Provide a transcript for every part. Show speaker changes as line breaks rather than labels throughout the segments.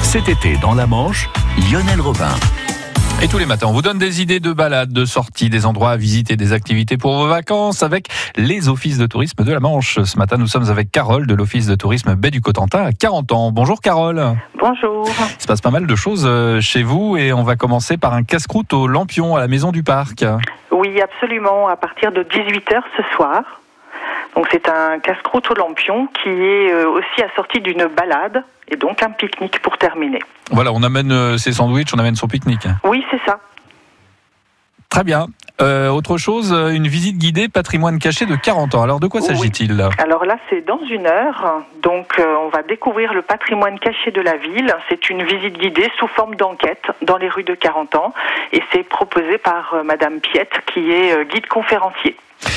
Cet été dans la Manche, Lionel Robin.
Et tous les matins, on vous donne des idées de balades, de sorties, des endroits à visiter, des activités pour vos vacances avec les offices de tourisme de la Manche. Ce matin, nous sommes avec Carole de l'office de tourisme Baie du Cotentin à 40 ans. Bonjour Carole.
Bonjour.
Il se passe pas mal de choses euh, chez vous et on va commencer par un casse-croûte au Lampion à la Maison du Parc.
Oui, absolument, à partir de 18h ce soir. Donc c'est un casse-croûte au lampion qui est euh, aussi assorti d'une balade et donc un pique-nique pour terminer.
Voilà, on amène euh, ses sandwichs, on amène son pique-nique.
Oui, c'est ça.
Très bien. Euh, autre chose, euh, une visite guidée patrimoine caché de 40 ans. Alors de quoi
Oui.
s'agit-il là
Alors là, c'est dans une heure. Donc euh, on va découvrir le patrimoine caché de la ville. C'est une visite guidée sous forme d'enquête dans les rues de 40 ans et c'est proposé par euh, Madame Piette qui est euh, guide conférencier.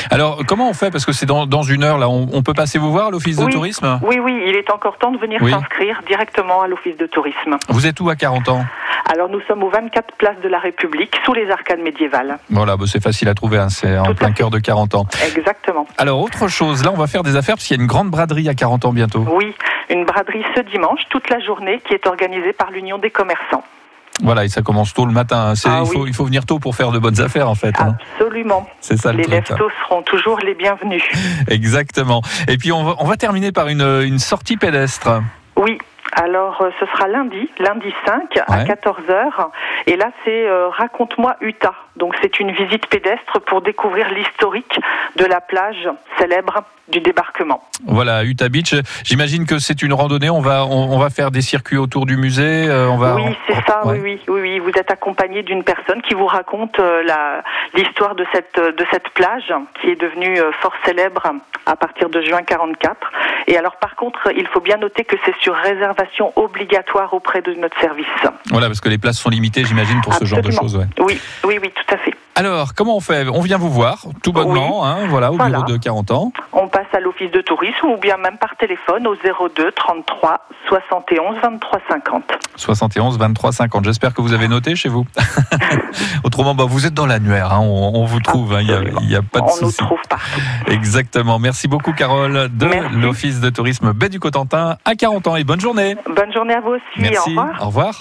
Alors comment on fait Parce que c'est dans, dans une heure là, on, on peut passer vous voir à l'office de
Oui.
tourisme
Oui, oui, il est encore temps de venir
Oui.
s'inscrire directement à l'office de tourisme.
Vous êtes où à 40 ans
Alors nous sommes aux 24 places de la République sous les arcades médiévales.
Voilà, bah, c'est facile à trouver, hein, c'est en
Tout à
plein
fait.
cœur de 40 ans.
Exactement.
Alors autre chose, là on va faire des affaires parce qu'il y a une grande braderie à 40 ans bientôt.
Oui, une braderie ce dimanche, toute la journée, qui est organisée par l'Union des commerçants.
Voilà, et ça commence tôt le matin. hein. C'est-
Ah
il,
oui.
faut, il faut venir tôt pour faire de bonnes affaires en fait. hein.
Absolument.
C'est ça le
Les
truc. hein.
leftos seront toujours les bienvenus.
Exactement. Et puis on va, on va terminer par une, une sortie pédestre.
Oui. Alors, euh, ce sera lundi, lundi 5
Ouais.
à 14h. Et là, c'est euh, Raconte-moi Utah. Donc, c'est une visite pédestre pour découvrir l'historique de la plage célèbre du débarquement.
Voilà, Utah Beach. J'imagine que c'est une randonnée. On va, on, on va faire des circuits autour du musée. euh, on va.
oui, c'est ça,
Ouais.
oui, oui, oui, oui. Vous êtes accompagné d'une personne qui vous raconte euh, la- l'histoire de cette, euh, de cette plage qui est devenue euh, fort célèbre à partir de juin 44. Et alors, par contre, il faut bien noter que c'est sur réservation obligatoire auprès de notre service.
Voilà, parce que les places sont limitées, j'imagine, pour ce genre de
Absolument.
choses. ouais.
Oui, oui, oui, tout à fait.
Alors, comment on fait On vient vous voir, tout bonnement, hein, voilà, au
Voilà.
bureau de 40 ans.
On passe à l'office de tourisme ou bien même par téléphone au 02 33 71 23 50.
71 23 50. J'espère que vous avez noté chez vous. Autrement, bah, vous êtes dans l'annuaire. hein, on, on vous trouve. hein, Il
Absolument.
n'y a, il y a pas de
On nous
souci.
trouve partout.
Exactement. Merci beaucoup, Carole, de
Merci.
l'Office de tourisme Baie du Cotentin à 40 ans. Et bonne journée.
Bonne journée à vous aussi.
Merci.
Au revoir.
Au revoir.